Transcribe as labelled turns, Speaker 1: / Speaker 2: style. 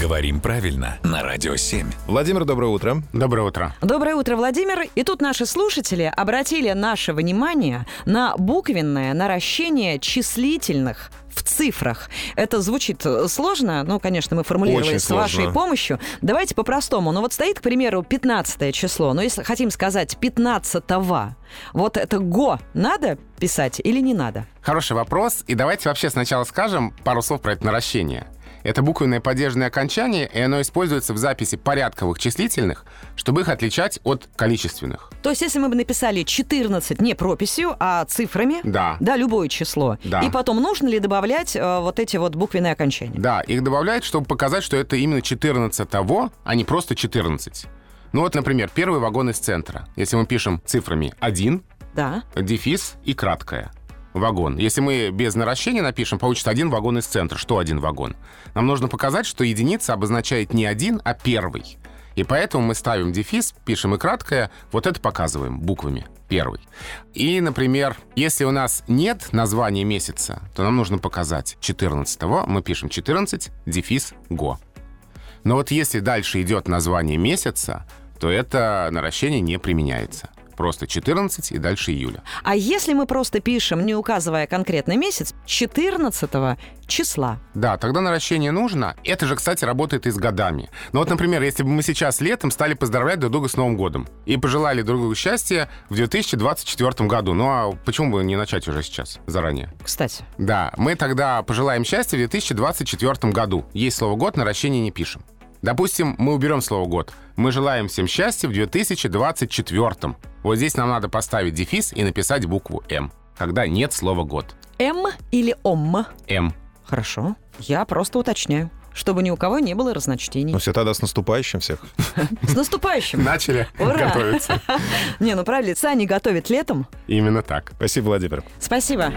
Speaker 1: Говорим правильно на радио 7.
Speaker 2: Владимир, доброе утро.
Speaker 3: Доброе утро.
Speaker 4: Доброе утро, Владимир. И тут наши слушатели обратили наше внимание на буквенное наращение числительных в цифрах. Это звучит э, сложно, ну, конечно, мы формулировали
Speaker 2: Очень
Speaker 4: с
Speaker 2: сложно.
Speaker 4: вашей помощью. Давайте по-простому. Ну, вот стоит, к примеру, 15 число. Но если хотим сказать 15 вот это «го» надо писать или не надо?
Speaker 3: Хороший вопрос. И давайте вообще сначала скажем пару слов про это наращение. Это буквенное падежное окончание, и оно используется в записи порядковых числительных, чтобы их отличать от количественных.
Speaker 4: То есть, если мы бы написали 14 не прописью, а цифрами,
Speaker 3: Да.
Speaker 4: да, любое число,
Speaker 3: Да.
Speaker 4: и потом нужно ли добавлять э, вот эти вот буквенные окончания?
Speaker 3: Да, их добавляют, чтобы показать, что это именно 14 того, а не просто 14. Ну вот, например, первый вагон из центра. Если мы пишем цифрами 1,
Speaker 4: Да.
Speaker 3: дефис и краткое. Вагон. Если мы без наращения напишем, получится один вагон из центра. Что один вагон? Нам нужно показать, что единица обозначает не один, а первый. И поэтому мы ставим дефис, пишем и краткое, вот это показываем буквами. Первый. И, например, если у нас нет названия месяца, то нам нужно показать 14 мы пишем 14, дефис, го. Но вот если дальше идет название месяца, то это наращение не применяется. Просто 14 и дальше июля.
Speaker 4: А если мы просто пишем, не указывая конкретный месяц, 14 числа?
Speaker 3: Да, тогда наращение нужно. Это же, кстати, работает и с годами. Но вот, например, если бы мы сейчас летом стали поздравлять друг друга с Новым годом и пожелали друг другу счастья в 2024 году. Ну а почему бы не начать уже сейчас, заранее?
Speaker 4: Кстати,
Speaker 3: Да, мы тогда пожелаем счастья в 2024 году. Есть слово «год», наращение не пишем. Допустим, мы уберем слово «год». Мы желаем всем счастья в 2024. Вот здесь нам надо поставить дефис и написать букву «М», когда нет слова «год».
Speaker 4: М или ОМ?
Speaker 3: «М».
Speaker 4: Хорошо. Я просто уточняю, чтобы ни у кого не было разночтений.
Speaker 2: Ну все, тогда с наступающим всех.
Speaker 4: С наступающим!
Speaker 3: Начали
Speaker 4: Ура!
Speaker 3: готовиться.
Speaker 4: Не, ну правильно, Саня готовит летом.
Speaker 3: Именно так.
Speaker 2: Спасибо, Владимир.
Speaker 4: Спасибо.